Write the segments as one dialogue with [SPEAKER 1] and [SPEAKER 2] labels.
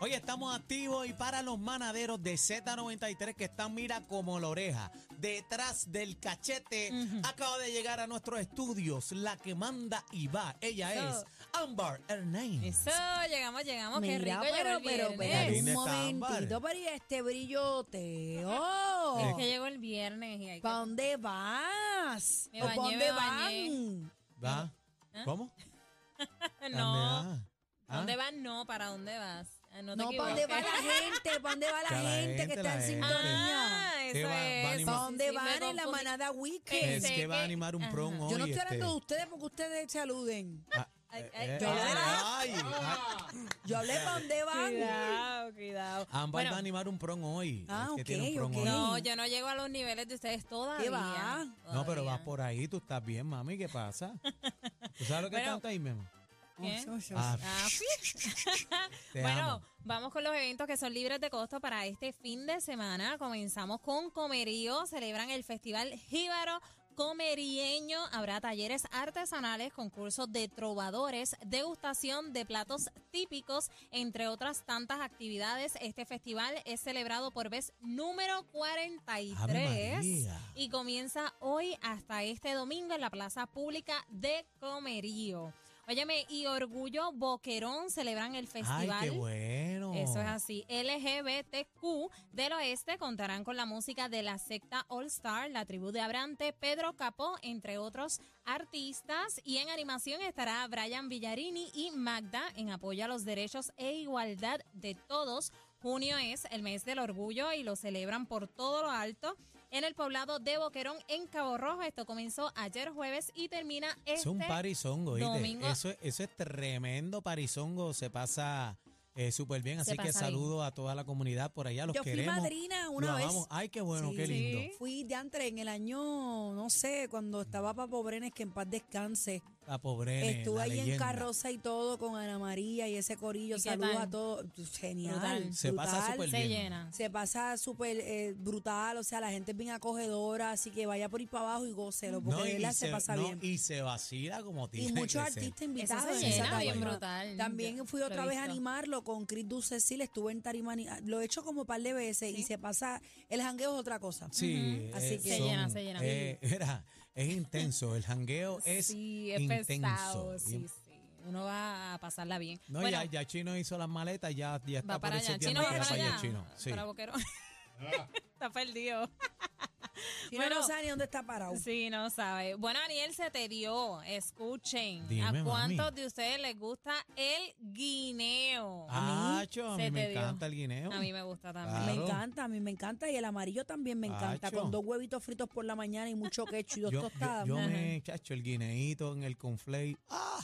[SPEAKER 1] Hoy estamos activos y para los manaderos de Z93 que están, mira, como la oreja, detrás del cachete, acaba de llegar a nuestros estudios la que manda y va. Ella
[SPEAKER 2] Eso.
[SPEAKER 1] es Ambar Hernández.
[SPEAKER 2] Eso, llegamos, llegamos, qué
[SPEAKER 3] Mira,
[SPEAKER 2] rico llegó
[SPEAKER 3] pero,
[SPEAKER 2] el
[SPEAKER 3] pero,
[SPEAKER 2] viernes.
[SPEAKER 1] Qué
[SPEAKER 3] pero,
[SPEAKER 1] linda
[SPEAKER 3] un
[SPEAKER 1] está, ámbar.
[SPEAKER 3] momentito, pero y este brilloteo.
[SPEAKER 2] Es que llegó el viernes y hay que...
[SPEAKER 3] ¿Para dónde vas?
[SPEAKER 2] Me
[SPEAKER 3] ¿O pa'
[SPEAKER 2] bañé,
[SPEAKER 3] dónde
[SPEAKER 2] me bañé.
[SPEAKER 3] van?
[SPEAKER 1] ¿Va?
[SPEAKER 3] ¿Eh?
[SPEAKER 1] ¿Cómo?
[SPEAKER 2] No,
[SPEAKER 1] Ah, ah.
[SPEAKER 2] ¿dónde vas? No, ¿para dónde vas? Ah, No te
[SPEAKER 3] No, ¿para dónde va
[SPEAKER 2] equivoques.
[SPEAKER 3] la gente? ¿Para dónde va la
[SPEAKER 1] Que a la
[SPEAKER 3] gente
[SPEAKER 1] gente,
[SPEAKER 3] que está
[SPEAKER 1] la
[SPEAKER 3] en
[SPEAKER 1] gente.
[SPEAKER 3] sintonía?
[SPEAKER 2] Ah,
[SPEAKER 1] Te
[SPEAKER 2] eso
[SPEAKER 1] va- va
[SPEAKER 2] es.
[SPEAKER 1] animando. sí,
[SPEAKER 3] ¿Para dónde
[SPEAKER 2] sí, me
[SPEAKER 3] van en la
[SPEAKER 2] confundí.
[SPEAKER 3] manada
[SPEAKER 1] Es
[SPEAKER 3] weekend?
[SPEAKER 2] Pensé
[SPEAKER 1] que va a
[SPEAKER 2] que-
[SPEAKER 1] animar un prom
[SPEAKER 2] Ajá.
[SPEAKER 1] hoy.
[SPEAKER 3] Yo no estoy hablando de
[SPEAKER 1] este.
[SPEAKER 3] ustedes porque ustedes se aluden.
[SPEAKER 1] Ah,
[SPEAKER 2] Ay,
[SPEAKER 1] eh,
[SPEAKER 2] ay,
[SPEAKER 1] eh,
[SPEAKER 2] cuidado.
[SPEAKER 1] ay, ay.
[SPEAKER 3] Yo hablé para dónde van.
[SPEAKER 2] Cuidado, ¿eh? cuidado.
[SPEAKER 1] Ámbar
[SPEAKER 2] Bueno,
[SPEAKER 1] va a animar un prom hoy.
[SPEAKER 3] Ah,
[SPEAKER 1] Es que
[SPEAKER 3] ok,
[SPEAKER 1] tiene un prom
[SPEAKER 3] ok.
[SPEAKER 1] hoy.
[SPEAKER 2] no, yo no llego a los niveles de ustedes todavía.
[SPEAKER 3] ¿Qué va?
[SPEAKER 1] No, pero vas
[SPEAKER 2] todavía.
[SPEAKER 1] por ahí, tú estás bien, mami, ¿qué pasa? ¿Tú sabes lo que
[SPEAKER 2] Bueno,
[SPEAKER 1] canta ahí, Memo?
[SPEAKER 2] ¿Qué?
[SPEAKER 3] Oh, so- so-
[SPEAKER 1] Ah,
[SPEAKER 2] Ah,
[SPEAKER 1] te
[SPEAKER 2] bueno,
[SPEAKER 1] amo.
[SPEAKER 2] vamos con los eventos que son libres de costo para este fin de semana. Comenzamos con Comerío, celebran el Festival Jíbaro Comerieño. Habrá talleres artesanales, concursos de trovadores, degustación de platos típicos, entre otras tantas actividades. Este festival es celebrado por vez número 43
[SPEAKER 1] María.
[SPEAKER 2] y comienza hoy hasta este domingo en la Plaza Pública de Comerío. Óyeme, y Orgullo Boquerón celebran el festival.
[SPEAKER 1] Ay, qué bueno.
[SPEAKER 2] Eso es así. LGBTQ del Oeste contarán con la música de la secta All Star, la tribu de Abrante, Pedro Capó, entre otros artistas. Y en animación estará Brian Villarini y Magda en apoyo a los derechos e igualdad de todos. Junio es el mes del orgullo y lo celebran por todo lo alto en el poblado de Boquerón, en Cabo Rojo. Esto comenzó ayer jueves y termina
[SPEAKER 1] Es
[SPEAKER 2] este
[SPEAKER 1] un parizongo, ¿oíste?
[SPEAKER 2] domingo-
[SPEAKER 1] Eso, es- eso es tremendo parizongo, se pasa eh, súper bien. Así
[SPEAKER 2] Se
[SPEAKER 1] que
[SPEAKER 2] pasa bien.
[SPEAKER 1] saludo a toda la comunidad por allá, los
[SPEAKER 3] Yo fui
[SPEAKER 1] queremos.
[SPEAKER 3] madrina
[SPEAKER 1] los
[SPEAKER 3] una vez.
[SPEAKER 1] amamos. Ay, qué bueno,
[SPEAKER 3] Sí.
[SPEAKER 1] qué lindo.
[SPEAKER 2] Sí.
[SPEAKER 3] Fui de antes en el año, no sé, cuando estaba para Pobrenes, que en paz descanse.
[SPEAKER 1] La pobre.
[SPEAKER 3] Estuve
[SPEAKER 1] la
[SPEAKER 3] ahí en
[SPEAKER 1] leyenda.
[SPEAKER 3] carroza y todo con Ana María y ese corillo.
[SPEAKER 2] ¿Y qué
[SPEAKER 3] Saludos
[SPEAKER 2] tal?
[SPEAKER 3] a todos. Genial.
[SPEAKER 2] Brutal.
[SPEAKER 1] Se pasa
[SPEAKER 3] brutal.
[SPEAKER 1] súper
[SPEAKER 2] se
[SPEAKER 1] bien.
[SPEAKER 2] llena.
[SPEAKER 3] Se pasa súper eh, brutal. O sea, la gente es bien acogedora. Así que vaya por ir para abajo y gócelo. Porque
[SPEAKER 1] No,
[SPEAKER 3] de
[SPEAKER 1] y,
[SPEAKER 3] verdad se,
[SPEAKER 1] se,
[SPEAKER 3] pasa
[SPEAKER 1] no,
[SPEAKER 3] bien.
[SPEAKER 1] y se vacila como
[SPEAKER 3] Y
[SPEAKER 1] tiene que
[SPEAKER 3] muchos
[SPEAKER 1] ser.
[SPEAKER 3] artistas invitados.
[SPEAKER 2] Eso se
[SPEAKER 3] en esa
[SPEAKER 1] llena, bien
[SPEAKER 3] tarima.
[SPEAKER 2] brutal. Yo
[SPEAKER 3] También fui
[SPEAKER 2] lo he
[SPEAKER 3] otra vez a
[SPEAKER 2] visto.
[SPEAKER 3] animarlo con Chris Ducecil, estuve en Tarima. ani- Lo he hecho como un par de veces y se pasa. El jangueo es otra cosa.
[SPEAKER 1] Sí,
[SPEAKER 3] Ujú. Así
[SPEAKER 1] eh,
[SPEAKER 3] que- Se
[SPEAKER 2] llena, se llena.
[SPEAKER 1] eh, era, es intenso, el jangueo es
[SPEAKER 2] sí, es
[SPEAKER 1] intenso.
[SPEAKER 2] pesado,
[SPEAKER 1] Bien-
[SPEAKER 2] sí, sí. Uno va a pasarla bien.
[SPEAKER 1] No,
[SPEAKER 2] Bueno,
[SPEAKER 1] ya, ya Chino hizo las maletas, ya, ya está
[SPEAKER 2] va para
[SPEAKER 1] por ese
[SPEAKER 2] allá. Chino
[SPEAKER 1] tiempo
[SPEAKER 2] va
[SPEAKER 1] que
[SPEAKER 2] para allá.
[SPEAKER 1] Chino. Sí.
[SPEAKER 2] Para Boquerón. Está perdido.
[SPEAKER 3] Si no,
[SPEAKER 2] Bueno,
[SPEAKER 3] no sabe ni dónde está parado.
[SPEAKER 2] Sí, no sabe. Bueno, Aniel, se te dio. Escuchen.
[SPEAKER 1] Dime,
[SPEAKER 2] ¿A
[SPEAKER 1] mami.
[SPEAKER 2] cuántos de ustedes les gusta el guineo?
[SPEAKER 1] Ah, cho, a
[SPEAKER 2] se
[SPEAKER 1] mí
[SPEAKER 2] te
[SPEAKER 1] me
[SPEAKER 2] dio.
[SPEAKER 1] encanta el guineo.
[SPEAKER 2] A mí me gusta
[SPEAKER 3] Me
[SPEAKER 2] también.
[SPEAKER 1] Claro.
[SPEAKER 3] encanta, a mí me encanta y el amarillo también me encanta.
[SPEAKER 1] Acho.
[SPEAKER 3] Con dos huevitos fritos por la mañana y mucho ketchup y dos
[SPEAKER 1] yo, yo-
[SPEAKER 3] tostadas.
[SPEAKER 1] yo
[SPEAKER 2] Ajá.
[SPEAKER 1] me chacho el guineíto en el conflay. ¡Ah!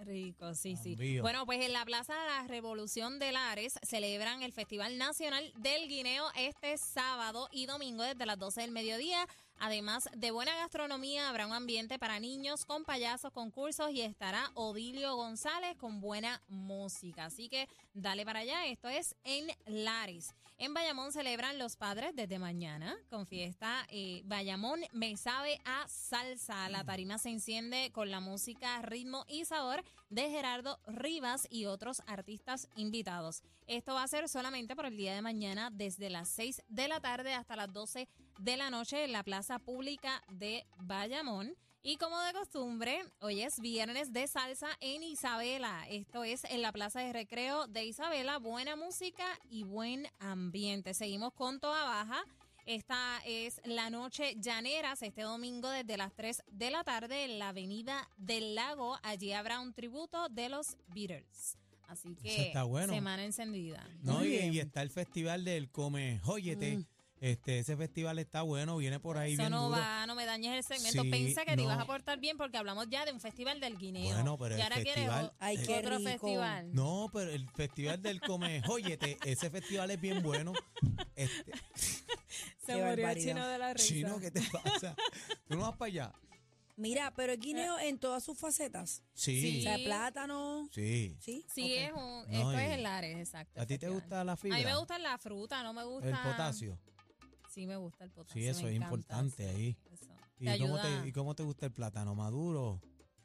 [SPEAKER 2] Rico, sí, sí.
[SPEAKER 1] Cambio.
[SPEAKER 2] Bueno, pues en la Plaza de la Revolución de Lares celebran el Festival Nacional del Guineo este sábado y domingo desde las 12 del mediodía. Además de buena gastronomía, habrá un ambiente para niños con payasos, concursos y estará Odilio González con buena música. Así que dale para allá, esto es en Lares. En Bayamón celebran los padres desde mañana con fiesta eh, Bayamón me sabe a salsa. La tarima se enciende con la música, ritmo y sabor de Gerardo Rivas y otros artistas invitados. Esto va a ser solamente por el día de mañana desde las 6 de la tarde hasta las 12 de la noche en la Plaza Pública de Bayamón. Y como de costumbre, hoy es viernes de salsa en Isabela. Esto es en la Plaza de Recreo de Isabela. Buena música y buen ambiente. Seguimos con toda baja. Esta es la noche llaneras, este domingo desde las 3 de la tarde en la avenida del lago. Allí habrá un tributo de los Beatles. Así
[SPEAKER 1] Eso
[SPEAKER 2] que
[SPEAKER 1] está bueno.
[SPEAKER 2] semana encendida.
[SPEAKER 1] No,
[SPEAKER 3] Muy
[SPEAKER 1] y,
[SPEAKER 3] bien.
[SPEAKER 1] y está el festival del Come Joyete. Este, ese festival está bueno, viene por ahí
[SPEAKER 2] Mm. Eso
[SPEAKER 1] bien
[SPEAKER 2] no
[SPEAKER 1] duro.
[SPEAKER 2] va, no me dañes el segmento.
[SPEAKER 1] Sí,
[SPEAKER 2] Pensé que te
[SPEAKER 1] no.
[SPEAKER 2] ibas a portar bien porque hablamos ya de un festival del Guineo.
[SPEAKER 1] Bueno, pero
[SPEAKER 2] y
[SPEAKER 1] el
[SPEAKER 2] ahora quieres
[SPEAKER 1] festival-
[SPEAKER 2] o-
[SPEAKER 3] Ay, qué
[SPEAKER 2] otro
[SPEAKER 3] rico.
[SPEAKER 2] festival.
[SPEAKER 1] No, pero el festival del Come Joyete, ese festival es bien bueno. Este,
[SPEAKER 2] Se
[SPEAKER 3] Qué
[SPEAKER 2] murió el
[SPEAKER 3] barbaridad.
[SPEAKER 2] chino de la risa.
[SPEAKER 1] chino, ¿qué te pasa? ¿Tú no vas para allá?
[SPEAKER 3] Mira, pero el guineo en todas sus facetas. O
[SPEAKER 1] Sí,
[SPEAKER 2] Sí.
[SPEAKER 3] sea, plátano,
[SPEAKER 1] sí.
[SPEAKER 3] ¿sí?
[SPEAKER 2] Sí,
[SPEAKER 3] Ok.
[SPEAKER 2] es un,
[SPEAKER 1] No,
[SPEAKER 2] esto
[SPEAKER 1] y-
[SPEAKER 2] es el Ares, exacto.
[SPEAKER 1] ¿A ti te
[SPEAKER 2] festival.
[SPEAKER 1] gusta la
[SPEAKER 2] A
[SPEAKER 1] fibra?
[SPEAKER 2] mí me gusta la fruta, no me gusta.
[SPEAKER 1] El potasio.
[SPEAKER 2] Sí, me gusta el potasio.
[SPEAKER 1] Sí, eso
[SPEAKER 2] me
[SPEAKER 1] es
[SPEAKER 2] encanta,
[SPEAKER 1] importante
[SPEAKER 2] sí,
[SPEAKER 1] ahí.
[SPEAKER 2] eso.
[SPEAKER 1] ¿Y
[SPEAKER 2] Te
[SPEAKER 1] cómo,
[SPEAKER 2] ayuda.
[SPEAKER 1] te, ¿Y cómo te gusta el plátano? ¿Maduro?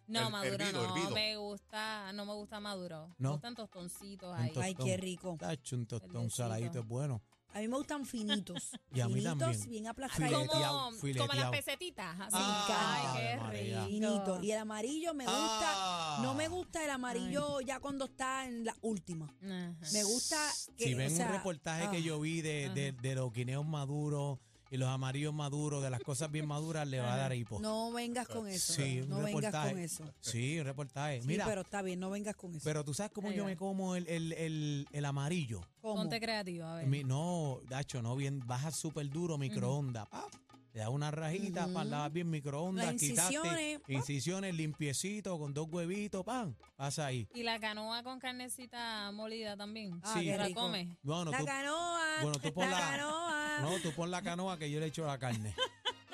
[SPEAKER 2] No,
[SPEAKER 4] El-
[SPEAKER 2] maduro
[SPEAKER 4] hervido,
[SPEAKER 2] no.
[SPEAKER 4] hervido.
[SPEAKER 2] Me gusta, no me gusta maduro.
[SPEAKER 1] ¿No?
[SPEAKER 2] Me gustan tostoncitos
[SPEAKER 1] Un
[SPEAKER 2] ahí.
[SPEAKER 1] tostón.
[SPEAKER 3] Ay, qué rico.
[SPEAKER 1] Tacho, un tostón
[SPEAKER 2] Verdecito.
[SPEAKER 1] saladito es bueno.
[SPEAKER 3] A mí me gustan finitos.
[SPEAKER 1] Y a mí
[SPEAKER 3] finitos,
[SPEAKER 1] también.
[SPEAKER 3] bien
[SPEAKER 1] Fileteado,
[SPEAKER 3] aplastados.
[SPEAKER 2] como, como las
[SPEAKER 1] fileteado.
[SPEAKER 2] pesetitas. Así.
[SPEAKER 3] Ah,
[SPEAKER 2] Ay, qué
[SPEAKER 1] Ave María.
[SPEAKER 2] rico.
[SPEAKER 3] Finito. Y el amarillo me gusta.
[SPEAKER 1] Ah.
[SPEAKER 3] No me gusta el amarillo ya cuando está en la última.
[SPEAKER 2] Ajá.
[SPEAKER 3] Me gusta que.
[SPEAKER 1] si ven
[SPEAKER 3] o sea,
[SPEAKER 1] un reportaje
[SPEAKER 3] ah,
[SPEAKER 1] que yo vi de, de- de los guineos maduros y los amarillos maduros, de las cosas bien maduras, le va a dar hipo.
[SPEAKER 3] No vengas con eso.
[SPEAKER 1] Pues, eh, sí, un
[SPEAKER 3] no vengas
[SPEAKER 1] reportaje.
[SPEAKER 3] con eso.
[SPEAKER 1] Sí, un reportaje.
[SPEAKER 3] Sí,
[SPEAKER 1] Mira, pero,
[SPEAKER 3] pero está bien, no vengas con eso.
[SPEAKER 1] tú sabes cómo
[SPEAKER 2] Ahí
[SPEAKER 1] yo
[SPEAKER 2] va.
[SPEAKER 1] me como el, el- el- el amarillo.
[SPEAKER 3] ¿Cómo?
[SPEAKER 2] Ponte creativo, a ver.
[SPEAKER 1] Mi- no, Dacho, no, bien, baja súper duro, microondas. pa, Le das una rajita, pa, lavas bien microondas,
[SPEAKER 3] Las
[SPEAKER 1] quitaste
[SPEAKER 3] incisiones, pa.
[SPEAKER 1] incisiones, limpiecito, con dos huevitos, pan, pasa ahí.
[SPEAKER 2] Y la canoa con carnecita molida también.
[SPEAKER 3] Ah,
[SPEAKER 1] Sí.
[SPEAKER 3] qué
[SPEAKER 2] ¿Te la
[SPEAKER 3] rico.
[SPEAKER 2] comes?
[SPEAKER 1] Bueno,
[SPEAKER 3] la
[SPEAKER 1] tú,
[SPEAKER 3] canoa.
[SPEAKER 1] bueno, tú pon
[SPEAKER 3] la,
[SPEAKER 1] la-
[SPEAKER 3] canoa.
[SPEAKER 1] no, tú pon la canoa que yo le echo la carne.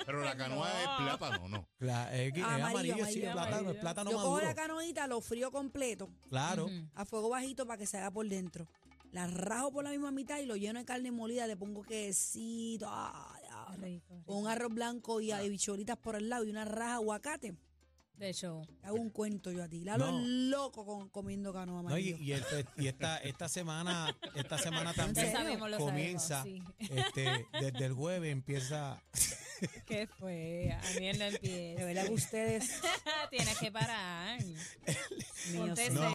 [SPEAKER 5] Pero la canoa es plátano, ¿no.
[SPEAKER 1] La- es, que- es
[SPEAKER 3] Amarillo,
[SPEAKER 1] amarillo, sí, el
[SPEAKER 3] Ah, amarillo,
[SPEAKER 1] plátano, el
[SPEAKER 2] amarillo.
[SPEAKER 1] plátano
[SPEAKER 3] yo
[SPEAKER 1] maduro.
[SPEAKER 3] cojo la canoita, lo frío completo,
[SPEAKER 1] Claro.
[SPEAKER 3] a fuego bajito para que se haga por dentro. La rajo por la misma mitad y lo lleno de carne molida, le pongo quesito, ah, ah,
[SPEAKER 2] Rico, rico.
[SPEAKER 3] con un arroz blanco
[SPEAKER 1] Ah.
[SPEAKER 3] y habichuelitas por el lado y una raja aguacate.
[SPEAKER 2] De show.
[SPEAKER 3] Te hago un cuento yo a ti. Lalo
[SPEAKER 1] No.
[SPEAKER 3] es loco con- comiendo canoa
[SPEAKER 1] No, y,
[SPEAKER 3] amarillo.
[SPEAKER 1] y el fe- y esta, esta semana, esta semana
[SPEAKER 2] Lo
[SPEAKER 1] también
[SPEAKER 2] sabemos, lo
[SPEAKER 1] comienza,
[SPEAKER 2] sabemos,
[SPEAKER 1] este, desde el jueves empieza.
[SPEAKER 2] ¿Qué fue? Daniel no
[SPEAKER 3] De
[SPEAKER 2] empieza.
[SPEAKER 3] verdad que ustedes...
[SPEAKER 2] Tienes que parar.
[SPEAKER 3] míos,
[SPEAKER 2] Ponte
[SPEAKER 3] no.
[SPEAKER 2] serio.